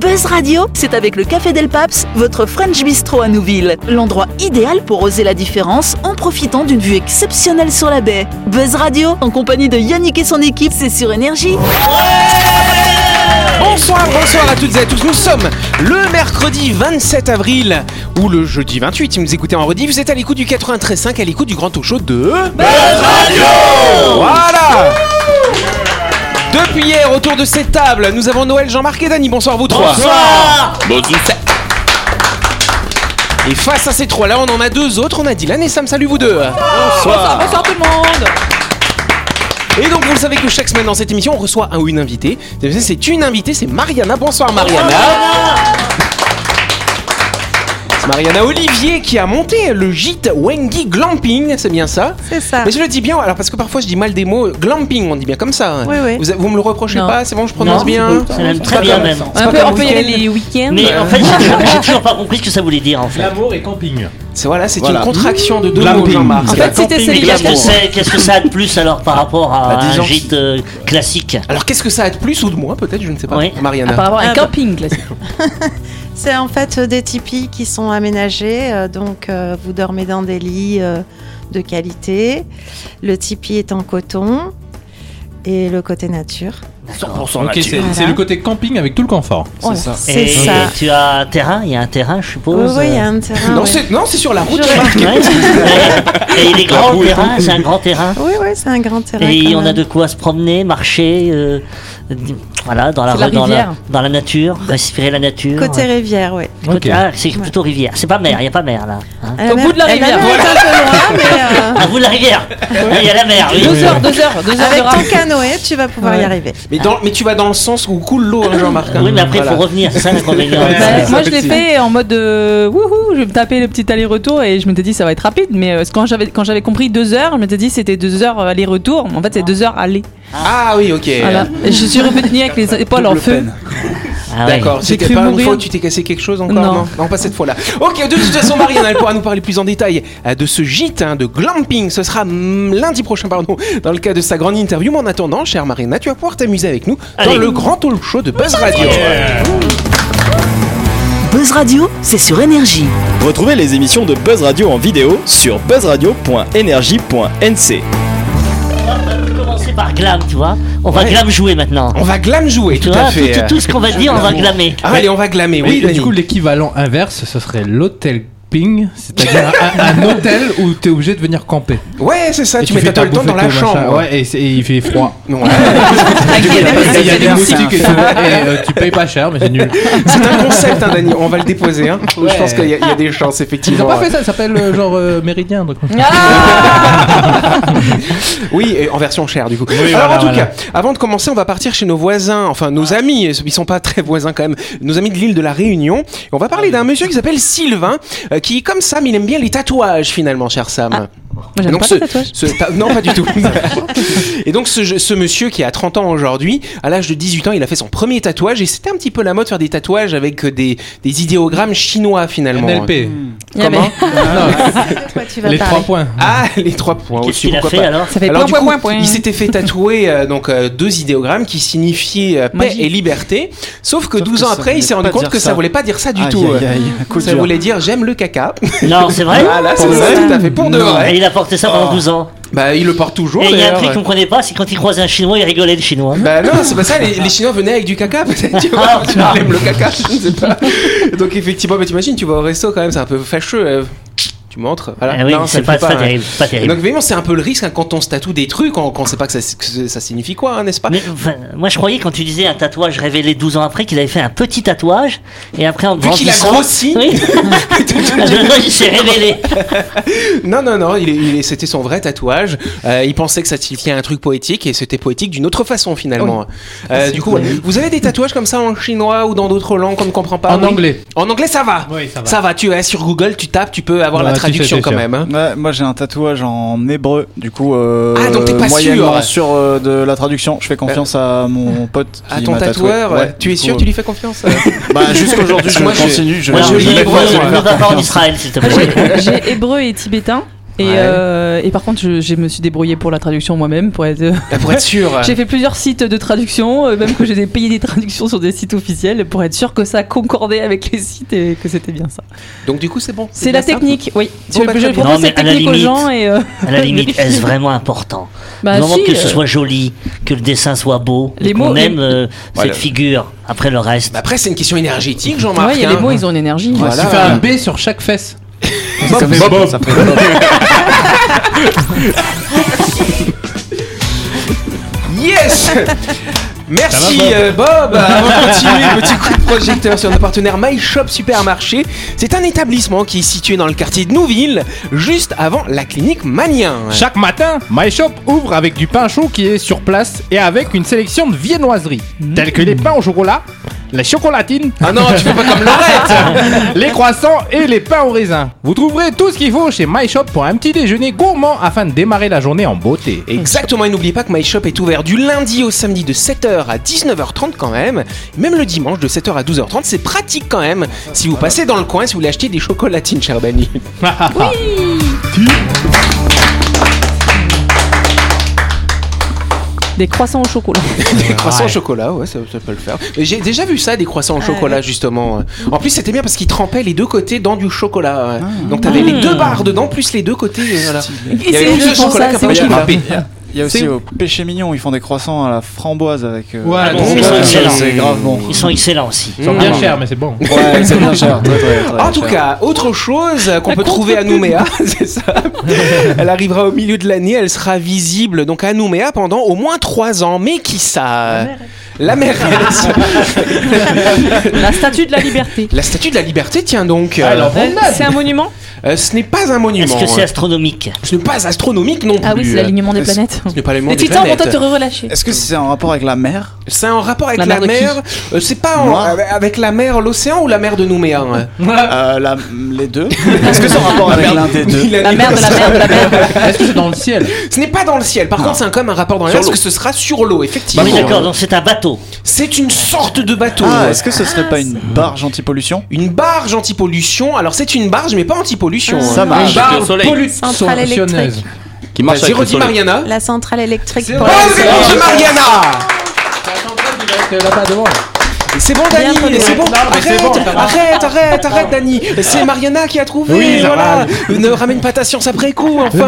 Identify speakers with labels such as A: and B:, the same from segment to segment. A: Buzz Radio, c'est avec le Café Del Paps, votre French Bistro à Nouville. L'endroit idéal pour oser la différence en profitant d'une vue exceptionnelle sur la baie. Buzz Radio, en compagnie de Yannick et son équipe, c'est sur Énergie.
B: Bonsoir, bonsoir à toutes et à tous. Nous sommes le mercredi 27 avril ou le jeudi 28. Si vous nous écoutez en rediff, vous êtes à l'écoute du 93.5, à l'écoute du grand talk show de Buzz Radio. Voilà. Depuis hier, autour de cette table, nous avons Noël, Jean-Marc et Dany. Bonsoir vous
C: Ah.
B: trois. Et face à ces trois-là, on en a deux autres. On a Dylan et Sam. Salut vous deux.
D: Bonsoir tout le monde
B: Et donc, vous le savez que chaque semaine dans cette émission, on reçoit un ou une invitée. C'est une invitée, c'est Mariana. Bonsoir, Mariana. C'est Mariana Olivier qui a monté le gîte Wengi Glamping, c'est bien ça
E: C'est ça.
D: Ah.
B: Mais je le dis bien, alors parce que parfois je dis mal des mots, glamping on dit bien comme ça.
E: Oui, oui.
B: Vous, vous me le reprochez
D: Non.
B: pas, c'est bon, je prononce bien
C: C'est même très bien même.
B: pas
D: On peut,
B: comme
D: on peut y
B: week-end.
D: aller les week-ends.
C: Mais en fait, j'ai j'ai toujours pas compris ce que ça voulait dire en fait.
F: L'amour et camping.
B: C'est voilà, c'est
F: Voilà.
B: une contraction de deux mots,
F: Glamping.
B: Jean-Marc.
D: En fait, si t'es
C: Mais qu'est-ce que
D: célibataire,
C: c'est Qu'est-ce que ça a de plus alors par rapport à
B: Bah, des
C: un
B: gens qui-
C: gîte euh, classique
B: Alors qu'est-ce que ça a de plus ou de moins peut-être, je ne sais pas,
C: Oui.
B: Mariana.
D: par rapport à un
E: Ah bah.
D: camping, classique.
E: C'est en fait euh, des tipis qui sont aménagés, euh, donc euh, vous dormez dans des lits euh, de qualité. Le tipi est en coton et le côté nature.
C: 100%
F: Ok, c'est
C: nature.
E: Voilà.
F: c'est le côté camping avec tout le confort.
E: Voilà,
B: ça.
E: C'est
C: Et
E: ça.
C: tu as un terrain Il y a un terrain, je
E: Oui,
C: suppose
E: oui, il y a un terrain.
B: Non,
E: oui.
B: c'est, non, c'est sur la route,
E: Je-
B: Jean-Marc.
C: Ouais. Et il est grand
F: boue
C: le
F: et
C: terrain, c'est un grand terrain.
E: Oui, oui, c'est un grand terrain.
C: Et
E: quand
C: on a
E: même.
C: de quoi se promener, marcher, euh, euh, voilà, dans la,
D: C'est la
C: dans,
D: rivière.
C: la, dans la nature, respirer la nature.
E: Côté rivière, oui.
F: Ok.
C: Ah, c'est plutôt rivière. C'est pas mer, il n'y a pas mer là. hein.
E: Elle a
D: Au bout de la
E: elle a
D: rivière.
E: l'air d'être un peu loin, mais
C: À vous la rivière Il y a la mer, oui.
D: Deux heures, deux heures, deux
E: euh,
D: heures de
E: avec
D: rame.
E: ton canoë, tu vas pouvoir y
D: Ouais.
E: arriver.
B: Mais, dans- mais tu vas dans le sens où coule l'eau, hein, Jean-Marc. hein.
C: Oui, mais après, il
B: Voilà.
C: faut revenir, c'est ça l'inconvénient.
B: Ouais,
D: Bah,
B: ouais.
D: moi je l'ai
B: petit.
D: fait en mode euh, wouhou, je vais me taper le petit aller-retour et je m'étais dit ça va être rapide, mais euh, quand j'avais quand j'avais compris deux heures, je m'étais dit c'était deux heures euh, aller-retour, mais en fait c'est deux heures aller.
B: Ah oui, ok.
D: Voilà. Et Je suis revenue avec les épaules en
B: Double
D: feu.
B: peine.
C: Ah ouais.
B: D'accord,
D: J'ai
B: c'était
D: cru
B: pas une
D: mourir.
B: fois où tu t'es cassé quelque chose encore
D: Non.
B: pas cette fois-là. Ok, de toute façon, Marianne, elle pourra nous parler plus en détail euh, de ce gîte, hein, de glamping. Ce sera mm, lundi prochain, pardon, dans le cadre de sa grande interview. Mais en attendant, chère Mariana, tu vas pouvoir t'amuser avec nous dans
C: Allez.
B: le grand talk show de Buzz Radio.
A: Buzz Radio, c'est sur Énergie.
G: Retrouvez les émissions de Buzz Radio en vidéo sur buzzradio.energie.nc.
C: On va commencer par glam, tu vois. On va
B: Ouais.
C: glam jouer maintenant.
B: On va glam jouer,
C: tu
B: tout
C: vois,
B: à fait.
C: tout, tout- tout ce qu'on va dire, on va glamer.
B: Ah, allez, on va glamer, oui,
F: Oui,
B: Dani.
F: du coup, l'équivalent inverse, ce serait l'hôtel ping, c'est-à-dire un, un hôtel où t'es obligé de venir camper.
B: Ouais, c'est ça,
F: Et
B: tu, mets
F: fais
B: ta
F: Ah, ta
B: tolton
F: bouffe et
B: dans la
F: tout, machin.
B: chambre.
F: Ouais, et, c'est- et il fait froid.
B: Non,
F: Et il y a des
B: ouais.
F: moustiques et tout. Et, euh, tu payes pas cher, mais c'est nul.
B: C'est un concept, hein, Dani. On va le déposer. hein. Je
F: Ouais.
B: pense qu'il y, a- il y a des chances,
F: Ils ont
B: effectivement.
F: pas fait ça, ça s'appelle euh, genre euh, Méridien. Donc...
B: Oui, et en version chère du coup.
F: Oui,
B: Alors
F: voilà,
B: en tout
F: voilà.
B: cas, avant de commencer, on va partir chez nos voisins, enfin nos amis, ils sont pas très voisins quand même, nos amis de l'île de la Réunion. Et on va parler d'un monsieur qui s'appelle Sylvain, euh, qui comme Sam, il aime bien les tatouages finalement, cher Sam.
D: Moi j'aime
B: Donc,
D: Ah, pas
B: ce-
D: les tatouages.
B: ce- ta- non, pas du tout. et donc ce, je- ce monsieur qui a 30 ans aujourd'hui, à l'âge de 18 ans, il a fait son premier tatouage et c'était un petit peu la mode de faire des tatouages avec euh, des, des idéogrammes chinois finalement.
F: NLP.
D: Il y avait-
B: Comment
E: De quoi tu vas
F: Les trois
E: parler
F: points.
B: Ah, les trois points
C: Qu'est-ce
B: aussi,
C: qu'il a
B: pourquoi
C: fait
B: pas.
C: alors
D: Ça fait
B: Alors,
D: point,
B: du
D: point,
B: coup,
D: point, point.
B: il s'était fait tatouer euh, donc euh, deux idéogrammes qui signifiaient euh, paix
D: Magie.
B: et liberté. Sauf que
H: Sauf
B: 12
H: que
B: ans
H: ça
B: après, il
H: voulait
B: s'est rendu
H: pas
B: compte
H: dire
B: que ça.
H: ça.
B: voulait pas dire ça du
H: Aïe,
B: tout. euh.
H: aïe, aïe, coup
B: Ça
H: dur.
B: voulait dire j'aime le caca.
C: Non, c'est vrai
B: Voilà, Ah, c'est ça, tout à fait pour de vrai.
C: Et il a porté ça pendant 12 ans.
B: Bah, il le porte toujours.
C: Et il y a un
B: d'ailleurs. euh.
C: truc qu'on comprenait pas, c'est quand il croisait un chinois, il rigolait le chinois.
B: Bah non, c'est pas ça, les, les Chinois venaient avec du caca, peut-être, tu vois, tu leur lèves le caca, je ne sais pas. Donc effectivement, bah t'imagines, tu vas au resto quand même, c'est un peu fâcheux, euh, tu montres, voilà.
C: Eh oui,
B: Non, ça
C: c'est
B: le
C: pas,
B: fait
C: c'est pas
B: hein.
C: terrible. Pas
B: Et Donc
C: terrible.
B: évidemment, c'est un peu le risque hein, quand on se tatoue des trucs, quand, quand on sait pas que ça, que ça signifie quoi, hein, n'est-ce pas
C: Mais enfin, moi je croyais quand tu disais un tatouage révélé 12 ans après qu'il avait fait un petit tatouage et après en
B: Vu qu'il a
C: grandissant-
B: grossi,
C: Oui, il s'est révélé.
B: Non, non, non, il, est- il est- c'était son vrai tatouage. Euh, il pensait que ça signifiait un truc poétique et c'était poétique d'une autre façon finalement. Euh, du coup, ouais. vous avez des tatouages comme ça en chinois ou dans d'autres langues qu'on ne comprend pas
F: En
B: oui
F: anglais.
B: En anglais, ça va.
F: Oui, ça va.
B: tu es sur Google, tu tapes, tu peux avoir
F: Ouais,
B: la
F: tu sais,
B: traduction
F: t'es
B: quand
F: sûr.
B: même. hein.
H: Ouais, moi j'ai un tatouage en hébreu, du coup, euh,
B: Ah, donc t'es pas
H: moyennement
B: sûr.
H: sûr euh, de la traduction. Je fais confiance à mon pote.
B: À
H: qui
B: ton
H: m'a tatoué.
B: tatoueur,
H: Ouais,
B: tu
H: du
B: es sûr
H: coup,
B: que tu lui fais confiance
I: Ah,
H: Bah, jusqu'aujourd'hui, je
B: Moi, je-
H: continue. Je
C: Moi je
H: je-
C: dis
H: je-
C: hébreu,
H: je-
C: ne va pas en Israël s'il te plaît.
D: J'ai- J'ai hébreu et tibétain Et,
B: Ouais.
D: euh, et par contre, je, je me suis débrouillée pour la traduction moi-même. Pour être... euh,
B: Pour être sûr.
D: j'ai fait plusieurs sites de traduction, euh, même que j'ai payé des traductions sur des sites officiels pour être sûr que ça concordait avec les sites et que c'était bien ça.
B: Donc du coup, c'est bon.
D: C'est la
B: bien simple.
D: technique, oui.
B: Bon,
D: Je-
B: bah, très
D: je
B: bien.
D: propose
C: Non, mais
D: cette
C: à la
D: technique aux
C: limite-
D: gens et. euh,
C: À la limite, est-ce vraiment important
D: bah,
C: Du moment
D: si,
C: que ce
D: euh,
C: soit joli, que le dessin soit beau,
D: Les
C: et qu'on
D: mots-
C: aime
D: les-
C: euh,
H: Voilà.
C: cette figure. Après le reste,
B: Bah, Après, c'est une question énergétique, Jean-Marc.
D: Ouais, il y a les
B: hein.
D: mots, ils ont une énergie.
F: Voilà.
B: Voilà.
F: Tu fais un B sur chaque fesse.
H: Ça fait- ça fait-
B: Yes Merci
F: Ça va, Bob
B: euh, Bob Avant de continuer, petit coup de projecteur sur nos partenaires My Shop Supermarché. C'est un établissement qui est situé dans le quartier de Nouville, juste avant la clinique Manien.
F: Chaque matin, My Shop ouvre avec du pain chaud qui est sur place et avec une sélection de viennoiseries, telles que les pains au chocolat, les chocolatines,
B: Mm. Ah non, tu fais pas comme Laurette
F: les croissants et les pains au raisin. Vous trouverez tout ce qu'il faut chez My Shop pour un petit déjeuner gourmand afin de démarrer la journée en beauté.
B: Exactement, et n'oubliez pas que My Shop est ouvert du lundi au samedi de 7h à 19h30 quand même. Même le dimanche de 7h à 12h30, c'est pratique quand même. Si vous passez dans le coin, si vous voulez acheter des chocolatines, cher Benny.
D: Des croissants au chocolat.
B: Des croissants au chocolat, ouais, ça, ça peut le faire. Mais J'ai déjà vu ça, des croissants au
D: Euh.
B: chocolat, justement. En plus, c'était bien parce qu'ils trempaient les deux côtés dans du chocolat. ouais.
D: Ah.
B: Donc, t'avais les deux barres dedans, plus les deux côtés. euh, voilà. Il y
D: c'est
B: avait
D: où
B: plus de
D: qu'ils font
B: chocolat
D: ça
B: qu'à
D: C'est
B: partir
D: où
H: qu'ils
B: de là.
H: font ça Il y a aussi
F: C'est-
H: au péché mignon, ils font des croissants à la framboise avec. euh,
F: Ouais, Ah bon,
H: c'est-
C: ils sont
H: c'est
C: excellents.
H: c'est grave bon.
C: ils sont excellents aussi.
F: Ils sont bien
B: Mm.
F: chers, mais c'est bon.
H: Ouais,
B: Ah,
H: c'est bien cher. très, très, très
B: En tout
H: cher.
B: cas, autre chose euh, qu'on peut trouver à Nouméa, c'est ça. Elle arrivera au milieu de l'année, elle sera visible donc à Nouméa pendant au moins 3 ans. Mais qui ça La mairesse.
D: La statue de la liberté.
B: La statue de la liberté, tiens donc. euh,
F: Alors,
D: Euh, C'est un monument
B: euh, ce n'est pas un
C: Est-ce
B: monument. hein.
C: que c'est astronomique
B: Ce n'est pas astronomique non plus.
D: Ah oui, c'est l'alignement des
B: Euh, ce-
D: planètes.
B: Ce n'est pas l'alignement
D: Les
B: des
D: titans vont
B: planètes.
D: te relâcher.
H: Est-ce que c'est en rapport avec la mer
B: C'est en rapport avec
D: La
B: la,
D: mer de qui
B: mer. euh, c'est pas en-
H: Noir.
B: avec- avec la mer, l'océan ou la mer de Nouméa hein
H: Euh, la- Les deux Est-ce que c'est en rapport avec l'un des deux
B: Il a
D: La
B: dit
D: mère de
B: comme
D: la
B: ça.
D: mère de la mère.
F: est-ce que c'est dans le ciel
B: Ce n'est pas dans le ciel. Par contre, c'est quand même un rapport dans l'air
H: Sur
B: parce
H: l'eau.
B: que ce sera sur l'eau, effectivement.
C: Bah Oui, d'accord, donc c'est un bateau.
B: C'est une sorte de bateau.
H: Ah, est-ce que ce serait pas une barge anti-pollution
B: Une barge anti-pollution. Alors, c'est une barge, mais pas anti-pollution.
H: Ça
B: hein.
H: marche.
F: Une barre
I: Avec le soleil.
E: Centrale
F: pollutionneuse.
E: électrique.
I: Qui marche
H: Bah,
B: Vas-y,
I: avec le
B: redis
I: soleil.
B: Mariana.
E: La centrale électrique.
B: Bonne réponse de Mariana C'est bon, Dani,
D: Bien,
B: c'est bon.
F: Non, mais c'est
B: Arrête,
F: bon, ça va.
B: arrête, arrête, arrête, Dani. C'est Mariana qui a trouvé.
F: Oui, bah ça
B: voilà. Ne ramène pas ta science après coup, enfin.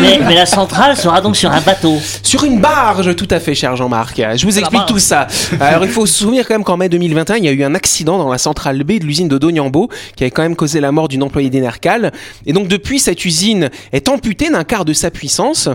C: Mais, mais la centrale sera donc sur un bateau.
B: Sur une barge, tout à fait, cher Jean-Marc. Je vous explique
C: barge.
B: tout ça. Alors, il faut se souvenir quand même qu'en mai 2021, il y a eu un accident dans la centrale B de l'usine de Dognambo qui avait quand même causé la mort d'une employée d'Enercal. Et donc, depuis, cette usine est amputée d'un quart de sa puissance.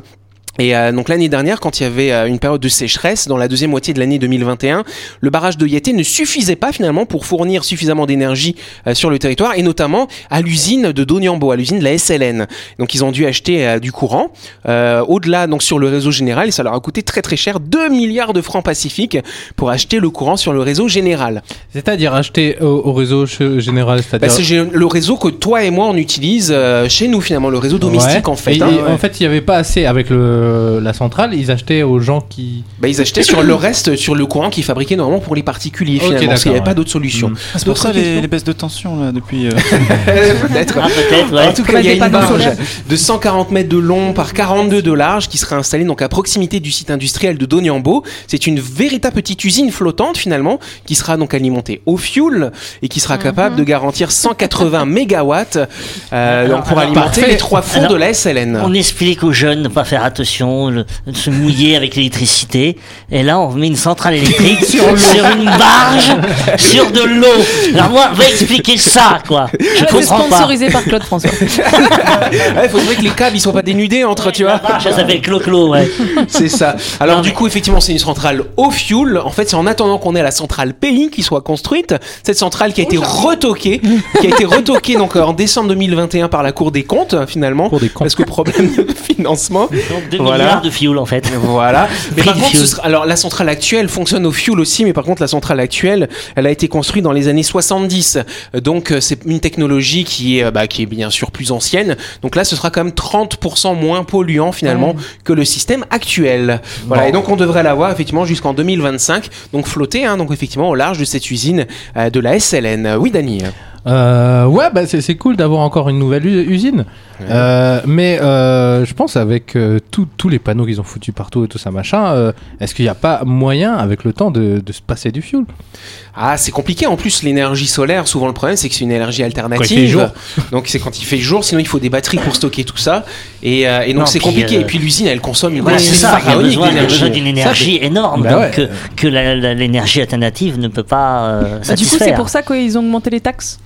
B: Et euh, donc l'année dernière, quand il y avait euh, une période de sécheresse dans la deuxième moitié de l'année 2021, le barrage de Yaté ne suffisait pas finalement pour fournir suffisamment d'énergie euh, sur le territoire, et notamment à l'usine de Doniambo, à l'usine de la SLN. Donc ils ont dû acheter euh, du courant euh, au-delà, donc sur le réseau général, et ça leur a coûté très très cher, 2 milliards de francs pacifiques pour acheter le courant sur le réseau général.
F: C'est-à-dire acheter au, au réseau ch- général,
B: Bah,
F: c'est-à-dire.
B: c'est gé- le réseau que toi et moi on utilise euh, chez nous finalement, le réseau domestique
F: Ouais.
B: en fait.
F: Et-
B: hein.
F: et En fait, il n'y avait pas assez avec le, la centrale. Ils achetaient aux gens qui.
B: Bah, ils achetaient sur le reste, sur le courant qu'ils fabriquaient normalement pour les particuliers
F: Ok,
B: finalement, parce qu'il n'y avait
F: d'accord,
B: pas
F: ouais.
B: d'autre solution.
F: Mm.
H: C'est pour
B: D'autres
H: ça les,
B: questions
H: les baisses de tension là depuis. euh,
B: Peut-être.
C: Ah, peut-être,
B: En
C: ouais.
B: tout cas, il y a
D: des
B: une
D: panneaux
B: barge
D: solaires.
B: de 140 mètres de long par 42 de large qui sera installée donc à proximité du site industriel de Doniambo. C'est une véritable petite usine flottante finalement qui sera donc alimentée au fioul et qui
C: Mhm.
B: sera capable de garantir 180 mégawatts euh, donc, pour
C: alors,
B: alimenter
F: parfait.
B: les trois fours
C: Alors,
B: de la SLN.
C: On explique aux jeunes de ne pas faire attention, le- de se mouiller avec l'électricité. Et là, on met une centrale électrique sur, une barge, sur de l'eau. Alors moi, va expliquer ça, quoi. Je
D: C'est
C: comprends pas.
D: sponsorisé par Claude François.
B: Il Eh, faut trouver que les câbles ils sont pas dénudés entre, tu vois.
C: La barge, ça s'appelle Clo-Clo, ouais.
B: C'est ça. Alors
C: Non,
B: du
C: mais-
B: coup, effectivement, c'est une centrale au fioul. En fait, c'est en attendant qu'on ait la centrale pays qui soit construite, cette centrale qui a été retoquée, qui a été retoquée donc euh, en décembre 2021 par la Cour des comptes euh, finalement,
F: Cour des comptes.
B: parce que problème de financement.
C: Donc 2
B: Voilà.
C: milliards de fioul, en fait.
B: Voilà. Mais
C: Prix
B: par
C: du
B: contre, ce
C: fioul.
B: sera- alors la centrale actuelle fonctionne au fioul aussi, mais par contre la centrale actuelle, elle a été construite dans les années 70. Euh, Donc euh, c'est une technologie qui est, euh, bah, qui est bien sûr plus ancienne. Donc là, ce sera quand même 30% moins polluant finalement que le système actuel. Voilà. Et donc on devrait l'avoir effectivement jusqu'en 2025. Donc flotter, hein, donc effectivement au large de cette usine euh, de la SLN. Oui, Dany.
F: Euh, ouais, bah c'est c'est cool d'avoir encore une nouvelle u- usine. Euh, mais euh, je pense avec euh, tout- tous les panneaux qu'ils ont foutus partout et tout ça machin, euh, est-ce qu'il n'y a pas moyen avec le temps de, de se passer du fioul
B: Ah, c'est compliqué. En plus, l'énergie solaire, souvent le problème, c'est que c'est une énergie alternative.
F: Quand il fait jour.
B: Donc c'est quand il fait jour. Sinon, il faut des batteries pour stocker tout ça. Et, euh, et
C: Non,
B: donc c'est
C: puis,
B: compliqué.
C: euh,
B: Et puis l'usine, elle consomme une
C: Voilà, c'est
B: quantité
C: ça, il y a
B: pharaonique
C: besoin, il y a
B: d'énergie.
C: besoin d'une énergie énorme
F: Bah
C: donc,
F: ouais.
C: que, que la- la- l'énergie alternative ne peut pas euh,
D: Bah, du coup,
C: satisfaire.
D: c'est pour ça qu'ils ont augmenté les taxes.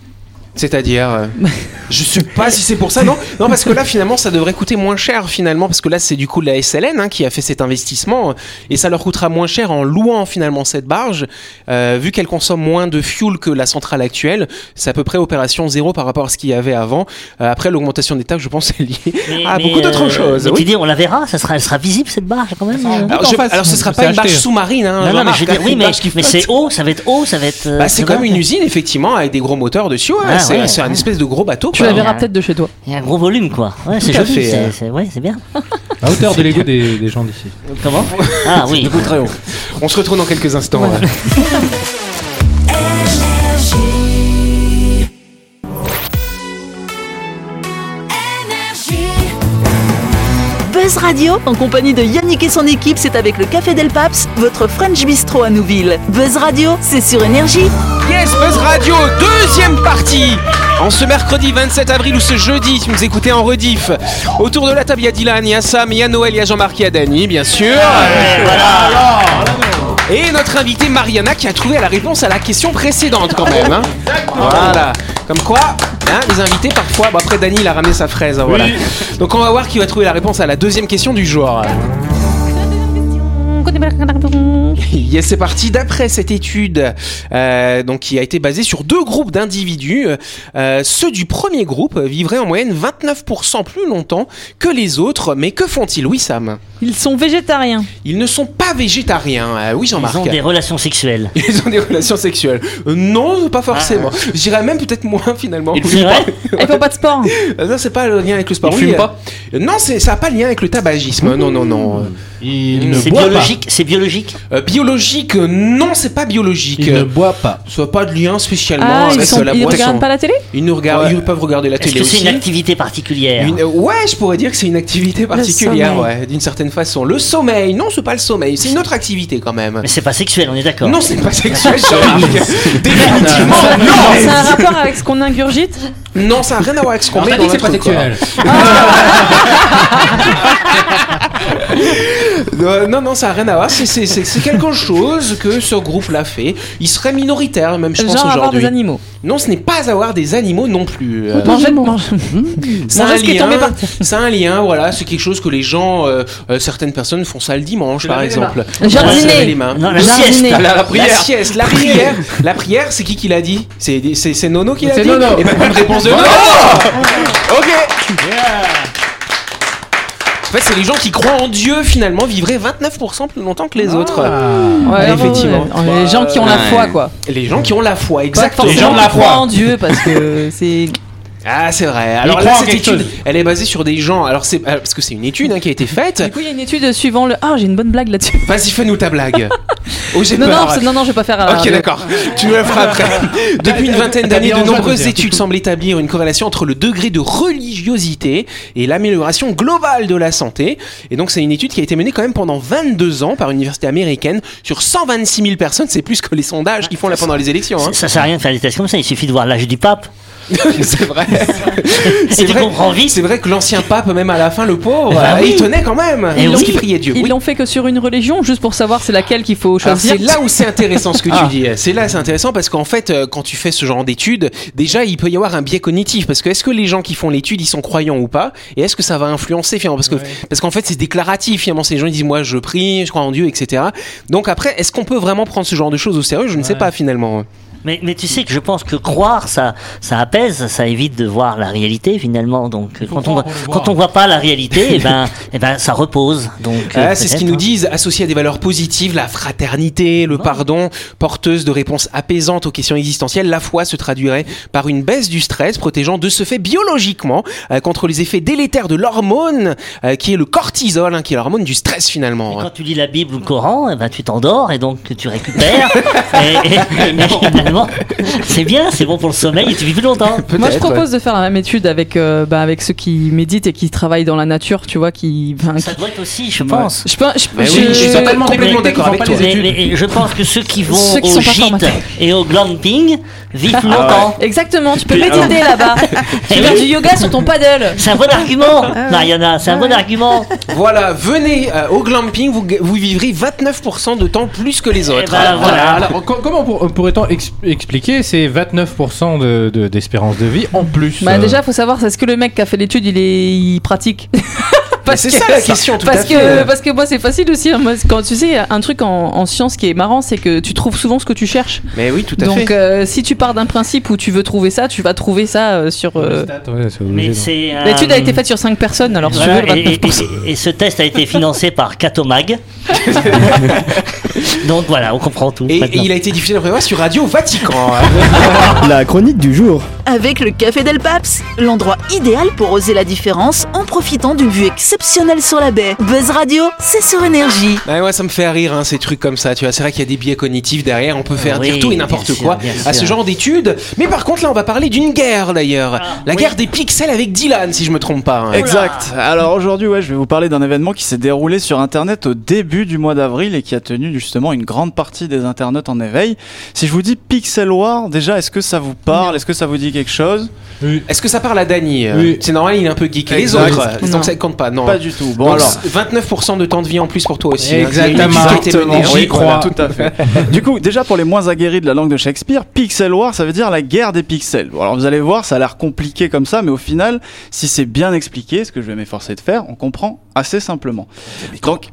B: C'est-à-dire, euh, je sais pas si c'est pour ça, non Non, parce que là, finalement, ça devrait coûter moins cher, finalement, parce que là, c'est du coup la SLN hein, qui a fait cet investissement, euh, et ça leur coûtera moins cher en louant finalement cette barge, euh, vu qu'elle consomme moins de fuel que la centrale actuelle. C'est à peu près opération zéro par rapport à ce qu'il y avait avant. Euh, après, l'augmentation des taxes, je pense, est liée
C: Mais-
B: à
C: mais,
B: Ah, beaucoup d'autres
C: euh,
B: choses.
C: mais tu
B: oui.
C: dis, on la verra, ça sera, elle sera visible cette barge quand même. euh.
B: Alors,
F: en
B: je-
F: face.
B: alors, ce sera
F: C'est
B: pas une barge
F: acheté.
B: sous-marine. Hein,
C: Non, non, mais
B: remarque,
C: je veux
B: hein,
C: dire, oui,
B: une
C: mais,
B: barge qui
C: mais
B: flotte.
C: c'est haut, ça va être haut, ça va être. euh,
B: Bah, c'est
C: ça va
B: comme
C: être-
B: une usine, effectivement, avec des gros moteurs dessus. ouais,
C: Ah,
B: c'est
C: ouais,
B: c'est un
C: ouais.
B: espèce de gros bateau.
D: Tu
B: quoi.
D: la
C: Ouais.
D: verras peut-être de chez toi.
C: Il y a un gros volume, quoi. Ouais, c'est
B: Tout à
C: joli,
B: fait,
C: c'est
B: euh.
C: c'est- ouais, c'est bien.
F: À hauteur de l'ego des, des gens d'ici.
C: Comment Ah oui.
B: On se retrouve dans quelques instants. hein.
A: Buzz Radio, en compagnie de Yannick et son équipe, c'est avec le Café Del Paps, votre French Bistro à Nouville. Buzz Radio, c'est sur Énergie.
B: Yes, Buzz Radio, deuxième partie En ce mercredi 27 avril ou ce jeudi, si vous nous écoutez en rediff, autour de la table, il y a Dylan, il y a Sam, il y a Noël, il y a Jean-Marc, il y a Dany, bien sûr Et notre invitée Mariana qui a trouvé la réponse à la question précédente quand même. hein. Voilà. Comme quoi, hein, les invités parfois, bon après Dany il a ramené sa fraise. hein, voilà. Donc on va voir qui va trouver la réponse à la deuxième question du jour. Yes, c'est parti. D'après cette étude, euh, donc qui a été basée sur deux groupes d'individus, euh, ceux du premier groupe vivraient en moyenne 29% plus longtemps que les autres. Mais que font-ils, oui Sam
D: Ils sont végétariens.
B: Ils ne sont pas végétariens. Euh, oui Jean-Marc.
C: Ils ont des relations sexuelles.
B: Ils ont des relations sexuelles. Euh, non, pas forcément. J'irais même peut-être moins finalement.
C: C'est vrai
D: Eh, Ils font pas de sport.
B: Euh, Non, c'est pas le lien avec le sport.
H: Ils
B: Oui,
H: fument
B: euh,
H: pas
B: euh, Non, c'est ça n'a pas le lien avec le tabagisme. Non, non, non.
F: Il
C: C'est biologique, c'est biologique.
B: Euh, biologique, euh, non, c'est pas biologique.
F: Il ne boit pas.
B: Ça n'a pas de lien spécialement
D: Ah,
B: avec
D: ils, sont,
B: euh, la
D: ils
B: boisson.
D: regardent pas la télé
B: Ils nous regardent, ils peuvent regarder la
C: Est-ce
B: télé
C: que c'est
B: aussi.
C: une activité particulière
B: Une- euh, ouais, je pourrais dire que c'est une activité particulière, ouais, d'une certaine façon. Le sommeil, non, c'est pas le sommeil, c'est une autre activité quand même.
C: Mais c'est pas sexuel, on est d'accord.
B: Non, c'est pas sexuel, Jean-Marc. Définitivement,
D: C'est
B: non
D: un rapport avec ce qu'on ingurgite
B: Non, ça n'a rien à voir avec ce qu'on
F: On
B: met
F: m'a
B: dans
F: dit que c'est
B: notre
F: pas
B: corps.
F: sexuel. Ah.
B: Euh, non, non, ça n'a rien à voir. C'est- C'est c'est- c'est quelque chose que ce groupe-là fait. Il serait minoritaire, même, je pense,
D: Genre avoir des
B: aujourd'hui.
D: animaux.
B: Non, ce n'est pas avoir des animaux non plus. Euh,
D: Manger, manger.
B: C'est un,
D: Manger ce qui est tombé
B: lien,
D: par
B: c'est un lien, voilà, c'est quelque chose que les gens, euh, euh, certaines personnes font ça le dimanche par exemple.
D: Jardiner.
B: Se laver les mains.
C: Non, la
D: Jardiner.
C: sieste.
D: La-
B: Ah, La sieste, la prière. la prière, c'est qui qui l'a dit c'est, c'est, c'est Nono qui l'a
F: C'est
B: dit
F: Nono.
B: Et ben, bonne réponse de Nono Ok En fait, c'est les gens qui croient en Dieu finalement vivraient 29% plus longtemps
F: Ah.
B: que les autres.
D: Ouais,
B: Effectivement.
D: ouais, ouais. Les gens qui ont la
B: Ouais.
D: foi, quoi.
B: Les gens qui ont la foi,
D: Pas
B: exactement.
D: forcément
F: gens de la
D: qui
F: foi.
D: croient en Dieu, parce que c'est.
B: Ah, c'est vrai. Alors là,
F: croient en
B: cette
F: quelque
B: étude,
F: chose.
B: elle est basée sur des gens. Alors c'est euh, parce que c'est une étude hein, qui a été faite.
D: Du coup, il y a une étude suivant le. Ah, j'ai une bonne blague là-dessus.
B: Vas-y, fais-nous ta blague. Oh, j'ai
D: Non,
B: peur.
D: non, c'est- non, non, je vais pas faire. euh,
B: Ok,
D: le-
B: d'accord. Tu me la feras après. Depuis une vingtaine d'années, de
F: T'as bien
B: nombreuses
F: raison.
B: études semblent établir une corrélation entre le degré de religiosité et l'amélioration globale de la santé. Et donc, c'est une étude qui a été menée quand même pendant 22 ans par une université américaine sur 126 000 personnes. C'est plus que les sondages qu'ils font là pendant les élections. hein.
C: Ça sert à rien de faire des tests comme ça, il suffit de voir l'âge du pape.
B: C'est vrai.
C: Et tu comprends vite.
B: C'est vrai que l'ancien pape, même à la fin, le pauvre,
C: Bah
B: euh,
C: oui.
B: il tenait quand même.
C: Eh
B: parce
C: oui.
B: qu'il priait Dieu.
D: Ils
B: Oui.
D: l'ont fait que sur une religion, juste pour savoir c'est laquelle qu'il faut
B: Alors,
D: choisir.
B: C'est là où c'est intéressant ce que
F: Ah.
B: tu dis. C'est là c'est intéressant parce qu'en fait euh, quand tu fais ce genre d'études, déjà il peut y avoir un biais cognitif parce que est-ce que les gens qui font l'étude ils sont croyants ou pas et est-ce que ça va influencer finalement parce que parce qu'en fait c'est déclaratif finalement ces gens ils disent moi je prie, je crois en Dieu etc. Donc après est-ce qu'on peut vraiment prendre ce genre de choses au sérieux Je ne sais pas finalement.
C: Mais, mais tu sais que je pense que croire, ça, ça apaise, ça évite de voir la réalité finalement. Donc quand on, voit- quand on voit pas la réalité, et ben, et ben ça repose. Donc
B: Ah,
C: euh,
B: c'est ce
C: peut-être,
B: qu'ils nous
C: hein.
B: disent associé à des valeurs positives, la fraternité, le pardon, porteuse de réponses apaisantes aux questions existentielles. La foi se traduirait par une baisse du stress, protégeant de ce fait biologiquement euh, contre les effets délétères de l'hormone euh, qui est le cortisol, hein, qui est l'hormone du stress
C: hein.
B: finalement. hein.
C: eh Quand tu lis la Bible ou le Coran, et ben tu t'endors et donc tu récupères. et, et- et- finalement. C'est bien, c'est bon pour le sommeil et tu vis plus longtemps.
D: Moi, je propose de faire la même étude avec, euh, bah, avec ceux qui méditent et qui travaillent dans la nature, tu vois, qui. enfin,
C: Ça doit être aussi, je pense.
D: Je pense. Je,
B: Mais Bah oui, je
D: je-
B: suis totalement complètement
C: Mais-
B: d'accord avec toi.
C: mais- mais je pense que ceux qui vont
D: Ceux qui
C: au
D: sont pas
C: gîte
D: formatés.
C: et au glamping vivent
B: Ah
C: longtemps.
D: Exactement, tu peux
G: Puis,
D: méditer là-bas.
C: Eh
D: Tu
C: oui.
D: fais du yoga sur ton paddle.
C: C'est un bon
D: Ah
C: argument, Mariana, c'est un bon argument.
B: Voilà, venez euh, au glamping, vous, vous vivrez 29% de temps plus que
D: Eh
B: les autres.
C: ben,
B: Alors,
C: voilà.
F: Alors, co- comment pour- pourrait-on ex- expliquer ces 29% de- de- d'espérance de, vie en plus
D: Bah
F: euh,
D: déjà, faut savoir, est-ce que le mec qui a fait l'étude, il est, il pratique Parce
B: Bah, c'est
D: que-
B: ça la question, tout
D: parce
B: à
D: que,
B: fait.
D: Parce que moi, c'est facile aussi. hein. Moi, c'est- quand tu sais, un truc en, en science qui est marrant, c'est que tu trouves souvent ce que tu cherches.
B: Mais oui, tout à
D: Donc,
B: fait.
D: euh, si tu pars d'un principe où tu veux trouver ça, tu vas trouver ça euh, sur.
F: sur les
D: euh,
F: stats, ouais, c'est obligé,
C: Mais
F: non.
C: c'est, euh,
D: L'étude a été faite sur 5 personnes, alors si
C: voilà,
D: tu veux, le
C: et,
D: 29%.
C: et- et- et ce test a été financé par Catomag. Donc voilà, on comprend tout.
B: Et, et
C: maintenant.
B: il a été diffusé la première fois sur Radio Vatican. hein.
G: La chronique du jour.
A: Avec le Café Del Paps, l'endroit idéal pour oser la différence en profitant d'une vue exceptionnelle sur la baie. Buzz Radio, c'est sur énergie.
B: Ouais, moi, ça me fait rire, hein, ces trucs comme ça. Tu vois, c'est vrai qu'il y a des biais cognitifs derrière. On peut faire
C: Oui,
B: dire tout et
C: bien
B: n'importe
C: sûr,
B: quoi
C: bien
B: à ce
C: sûr.
B: genre d'études. Mais par contre, là, on va parler d'une guerre d'ailleurs.
C: Ah,
B: La
C: oui.
B: guerre des pixels avec Dylan, si je me trompe pas. hein.
H: Exact. Alors aujourd'hui, ouais, je vais vous parler d'un événement qui s'est déroulé sur Internet au début du mois d'avril et qui a tenu justement une grande partie des internautes en éveil. Si je vous dis Pixel War, déjà, est-ce que ça vous parle Est-ce que ça vous dit quelque chose
B: Est-ce que ça parle à Danny euh,
F: Oui.
B: C'est normal, il est un peu geek. Les
H: Exact.
B: autres, euh,
D: Non.
B: donc ça compte pas. Non.
H: Pas du tout. Bon
B: Donc,
H: alors.
B: 29% de temps de vie en plus pour toi aussi. hein.
F: Exactement.
B: C'est une étude qui a été menée.
F: Exactement. J'y
H: voilà,
F: crois.
H: tout à fait. du coup, déjà pour les moins aguerris de la langue de Shakespeare, Pixel War, ça veut dire la guerre des pixels. Bon, alors vous allez voir, ça a l'air compliqué comme ça, mais au final, si c'est bien expliqué, ce que je vais m'efforcer de faire, on comprend assez simplement. Donc,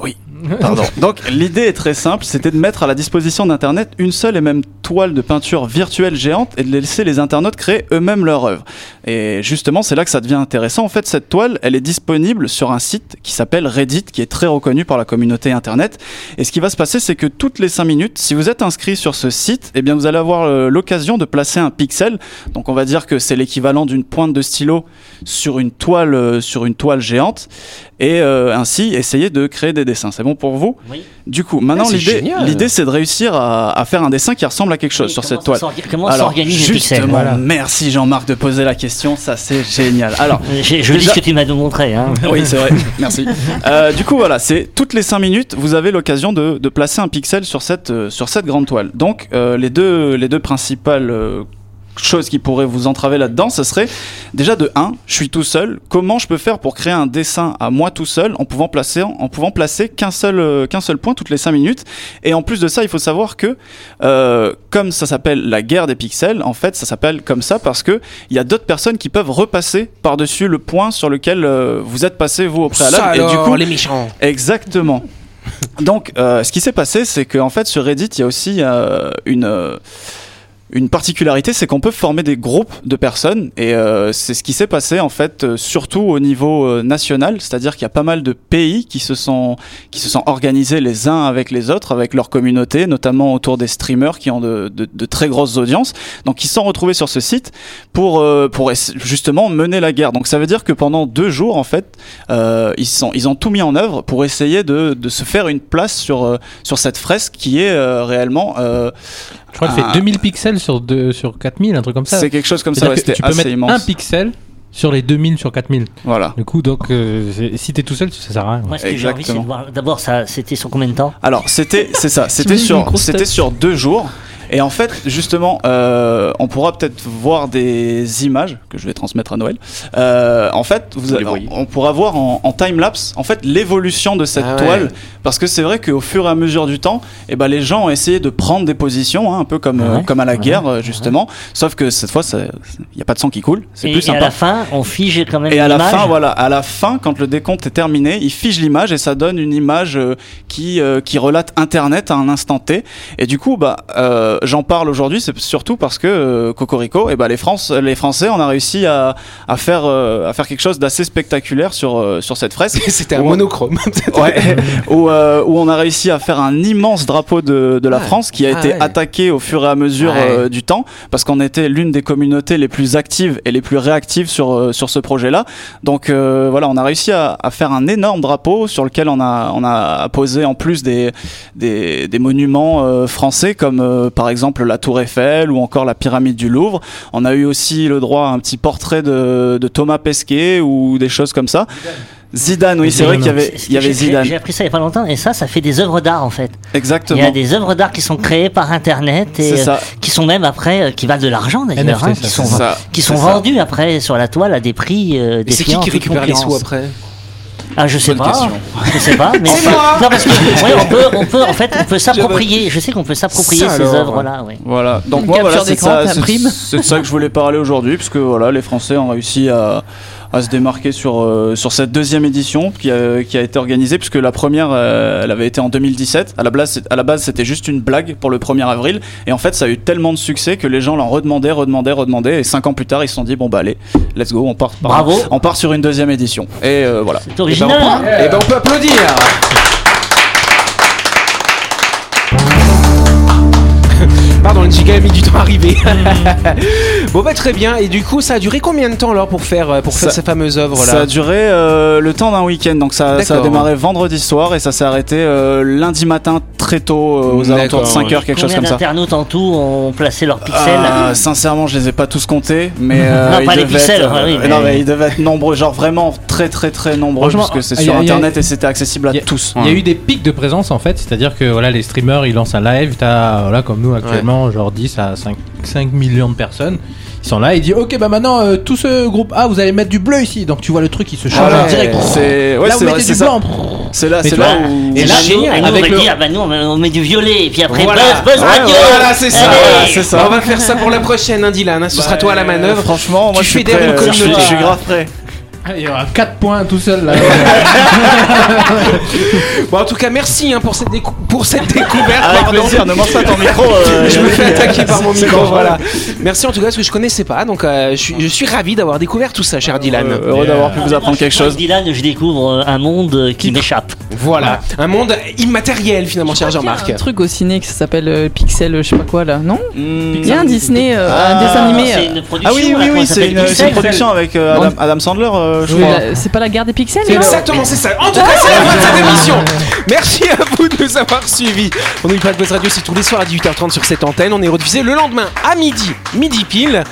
H: oui, pardon. Donc l'idée est très simple, c'était de mettre à la disposition d'Internet une seule et même toile de peinture virtuelle géante et de laisser les internautes créer eux-mêmes leur œuvre. Et justement, c'est là que ça devient intéressant. En fait, cette toile, elle est disponible sur un site qui s'appelle Reddit, qui est très reconnu par la communauté internet. Et ce qui va se passer, c'est que toutes les 5 minutes, si vous êtes inscrit sur ce site, eh bien, vous allez avoir euh, l'occasion de placer un pixel. Donc, on va dire que c'est l'équivalent d'une pointe de stylo sur une toile, euh, sur une toile géante. Et euh, ainsi, essayer de créer des dessins. C'est bon pour vous
C: Oui.
H: Du coup, maintenant,
B: Ah, c'est
H: l'idée,
B: génial.
H: l'idée, c'est de réussir à, à faire un dessin qui ressemble à quelque chose
C: Oui,
H: sur
C: comment
H: cette
C: ça
H: toile.
C: s'orga- Comment
H: Alors,
C: s'organise le pixel
H: justement, merci Jean-Marc de poser la question, ça c'est génial. Alors,
C: Je, je dis
H: Déjà-
C: ce que tu m'as montré. Hein.
H: oui, c'est vrai, merci. Euh, du coup, voilà, c'est toutes les 5 minutes, vous avez l'occasion de, de placer un pixel sur cette, euh, sur cette grande toile. Donc, euh, les, deux, les deux principales euh, choses qui pourraient vous entraver là-dedans, ce serait déjà de 1, je suis tout seul, comment je peux faire pour créer un dessin à moi tout seul en pouvant placer, en pouvant placer qu'un seul, euh, qu'un seul point toutes les 5 minutes Et en plus de ça, il faut savoir que, euh, comme ça s'appelle la guerre des pixels, en fait, ça s'appelle comme ça parce que il y a d'autres personnes qui peuvent repasser par-dessus le point sur lequel euh, vous êtes passé vous au préalable.
B: Ça,
H: et du
B: alors,
H: coup,
B: les méchants.
H: exactement. Donc, euh, ce qui s'est passé, c'est qu'en fait, sur Reddit, il y a aussi euh, une euh, une particularité, c'est qu'on peut former des groupes de personnes, et euh, c'est ce qui s'est passé en fait, euh, surtout au niveau euh, national, c'est-à-dire qu'il y a pas mal de pays qui se sont qui se sont organisés les uns avec les autres, avec leur communauté, notamment autour des streamers qui ont de, de- de très grosses audiences, donc ils se sont retrouvés sur ce site pour euh, pour essa- justement mener la guerre. Donc ça veut dire que pendant deux jours en fait, euh, ils, sont, ils ont tout mis en œuvre pour essayer de, de se faire une place sur, euh, sur cette fresque qui est euh, réellement. euh,
F: Je crois qu'il
H: Ah.
F: fait 2000 pixels sur, deux- sur 4000, un truc comme ça.
H: c'est quelque chose comme ça,
F: C'est-à-dire
H: ouais,
F: que
H: c'était
F: tu peux
H: assez
F: mettre
H: immense.
F: un pixel sur les 2000 sur 4000.
H: Voilà.
F: Du coup, donc, euh, c'est- si t'es tout seul, ça sert à rien. ouais.
C: Moi, ce que j'ai envie, c'est de
H: Exactement.
C: voir. D'abord, ça, c'était sur combien de temps
H: Alors, c'était, c'est ça, c'était
D: T'imagines une
H: sur,
D: grosse
H: c'était
D: tête.
H: sur deux jours. Et en fait, justement, euh, on pourra peut-être voir des images que je vais transmettre à Noël. Euh, en fait, vous avez- on pourra voir en, en time-lapse en fait, l'évolution de cette
B: Ah ouais.
H: toile. Parce que c'est vrai qu'au fur et à mesure du temps, eh ben, les gens ont essayé de prendre des positions, hein, un peu comme, euh,
C: Ah Ouais.
H: comme à la
C: Ouais.
H: guerre, euh, justement. Sauf que cette fois, il n'y a pas de sang qui coule. C'est
C: et,
H: plus
C: et à
H: sympa.
C: la fin, on fige quand même
H: Et à la
C: l'image.
H: fin, voilà, à la fin, quand le décompte est terminé, il fige l'image et ça donne une image euh, qui euh, qui relate Internet à un instant T. Et du coup, bah, euh, j'en parle aujourd'hui, c'est surtout parce que euh, Cocorico, et bah les France, les Français, on a réussi à à faire euh, à faire quelque chose d'assez spectaculaire sur euh, sur cette fresque.
B: C'était un
H: Ouais.
B: monochrome.
H: Ouais. où, euh, où on a réussi à faire un immense drapeau de, de la France qui a
B: Ah
H: été
B: ouais.
H: attaqué au fur et à mesure
B: Ouais.
H: euh, du temps parce qu'on était l'une des communautés les plus actives et les plus réactives sur, euh, sur ce projet-là. Donc euh, voilà, on a réussi à, à faire un énorme drapeau sur lequel on a, on a posé en plus des, des, des monuments euh, français comme euh, par par exemple la Tour Eiffel ou encore la pyramide du Louvre. On a eu aussi le droit à un petit portrait de, de Thomas Pesquet ou des choses comme ça. Zidane, oui, c'est vrai qu'il y avait, il y avait
C: J'ai- j'ai- J'ai
H: Zidane.
C: appris ça il y a pas longtemps et ça, ça fait des œuvres d'art en fait. Il y a
H: Exactement.
C: des œuvres d'art qui sont créées par internet
H: C'est
C: et euh,
H: ça.
C: qui sont même après, euh, qui valent de l'argent d'ailleurs,
F: NFT,
C: hein,
F: ça,
C: qui
F: c'est
C: sont,
H: ça.
C: qui sont
H: C'est ça.
C: vendues après sur la toile à des prix euh,
B: Et c'est qui
C: défiant
B: qui
C: toute
B: récupère les sous
C: concurrence.
B: après
C: Ah, je sais
H: Bonne
C: pas.
H: question.
C: Je sais pas, mais enfin, non parce que ouais, on peut, on peut en fait, on peut s'approprier. Je sais qu'on peut s'approprier
B: Ça,
C: ces
B: alors,
C: œuvres-là. Ouais.
H: Voilà. Donc
D: Une
H: moi,
D: capture
H: voilà, c'est de
D: d'écran,
H: ça,
D: ta
H: c'est-
D: prime.
H: c'est de ça que je voulais parler aujourd'hui, puisque voilà, les Français ont réussi à, à se démarquer sur euh, sur cette deuxième édition qui a, qui a été organisée, puisque la première, euh, elle avait été en 2017. À la base, c'est- à la base, c'était juste une blague pour le 1er avril, et en fait, ça a eu tellement de succès que les gens l'en redemandaient, redemandaient, redemandaient, et cinq ans plus tard, ils se sont dit bon bah allez, let's go, on part,
C: Bravo.
H: on part sur une deuxième édition, et euh, voilà.
C: C'est original. hein.
B: Eh ben on peut applaudir Pardon, j'ai quand même mis du temps à arriver. bon bah très bien. Et du coup, ça a duré combien de temps alors pour faire euh, pour faire
H: Ça-
B: ces fameuses œuvres
H: Ça
B: là
H: a duré euh, le temps d'un week-end, donc ça, ça a
B: D'accord.
H: démarré vendredi soir et ça s'est arrêté euh, lundi matin très tôt, euh, aux alentours de
B: D'accord,
H: 5h, quelque chose
C: Combien
H: comme ça.
C: d'internautes en tout ont placé leurs pixels
H: Euh, sincèrement, je les ai pas tous comptés, mais euh,
C: Non,
H: ils
C: pas les
H: devaient
C: pixels,
F: ah
H: être, euh,
C: oui, mais-
H: non, mais ils devaient être nombreux, genre vraiment très très très nombreux,
F: Franchement,
H: parce que c'est
F: il y a-
H: sur
F: il y a-
H: internet et c'était accessible à
F: il y a-
H: tous.
F: Il y a eu des pics de présence en fait, c'est-à-dire que voilà, les streamers ils lancent un live, t'as voilà, comme nous actuellement, genre 10 à 5, 5 millions de personnes, ils sont là, ils disent ok bah maintenant euh, tout ce groupe A vous allez mettre du bleu ici, donc tu vois le truc il se change
H: Voilà,
F: en direct.
H: c'est ouais,
F: là
H: c'est
F: vous
H: vrai,
F: mettez
H: c'est
F: du
H: ça.
F: blanc.
H: C'est là,
F: Mais
H: c'est
F: tu
H: là
C: vois,
H: où.
C: Et
F: Et
C: là,
F: là,
C: nous,
F: génial,
C: nous, on
F: avec
C: va
F: le-
C: dire, ah bah nous, on, on met du violet, et puis après,
B: Voilà.
C: buzz, buzz
H: Ouais,
C: radio Eh
B: Voilà, c'est ça.
C: Allez.
H: Voilà, c'est ça.
B: Bah,
H: Bah, Euh,
B: On va faire ça pour la prochaine, hein, Dylan. hein. Ce sera toi à la manœuvre.
H: Franchement, moi
B: Tu
H: je suis
B: fédères
H: prêt,
B: une
H: euh, je suis-
B: communauté.
H: je suis grave prêt.
F: Ah, Il y aura 4 points tout seul là.
B: Bon, en tout cas, merci hein, pour cette décou- pour cette découverte.
H: euh, Avec
B: pardon.
H: plaisir, ne mange pas ton micro. euh,
B: Je me fais
H: Yannick.
B: attaquer par mon
H: C'est
B: micro,
H: bon,
B: voilà. Merci en tout cas parce que je connaissais pas, donc euh, je, suis, je suis ravi d'avoir découvert tout ça, cher Dylan.
H: Euh, Heureux d'avoir pu vous apprendre quelque chose.
C: Avec Dylan, je découvre euh, un monde euh, qui m'échappe.
B: Voilà, un monde immatériel finalement, cher Jean-Marc.
D: Un truc au ciné qui s'appelle euh, Pixel, euh, je sais pas quoi là, non
H: Hmm.
D: Il y a un Disney, euh, un
H: Ah,
D: dessin animé.
C: C'est
D: euh,
C: une production.
H: Ah oui,
C: là,
H: oui,
C: comment
H: oui,
C: ça
H: c'est
C: s'appelle,
H: une, c'est
C: Pixel
H: une production avec euh,
D: On-
H: Adam, Adam Sandler, euh, je
D: oui,
H: crois.
D: la- C'est pas la guerre des pixels
B: C'est
D: non
B: exactement, c'est ça. En tout cas, c'est la fin de cette émission. Merci à vous de nous avoir suivis. On n'oublie pas de Buzz Radio, c'est tous les soirs à 18h30 sur cette antenne. On est rediffusé le lendemain à midi, midi pile.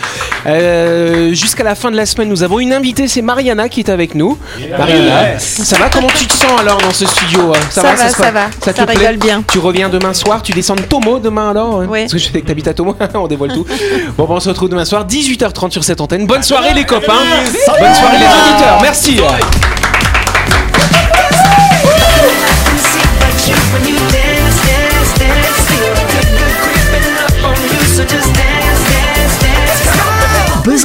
B: Euh, Jusqu'à la fin de la semaine, nous avons une invitée, c'est Mariana qui est avec nous. Mariana, ça va Comment tu te sens alors dans ce studio hein
E: Ça, va,
B: se
E: ça
B: passe-
E: va. Ça,
B: te plaît
E: rigole bien.
B: Tu reviens demain soir, tu descends de Tomo demain alors hein
E: Oui.
B: Parce que je sais que t'habites à Tomo, on dévoile tout. Bon, bah, on se retrouve demain soir, 18h30 sur cette antenne. Bonne soirée les copains, bonne soirée les auditeurs, merci.
A: Buzz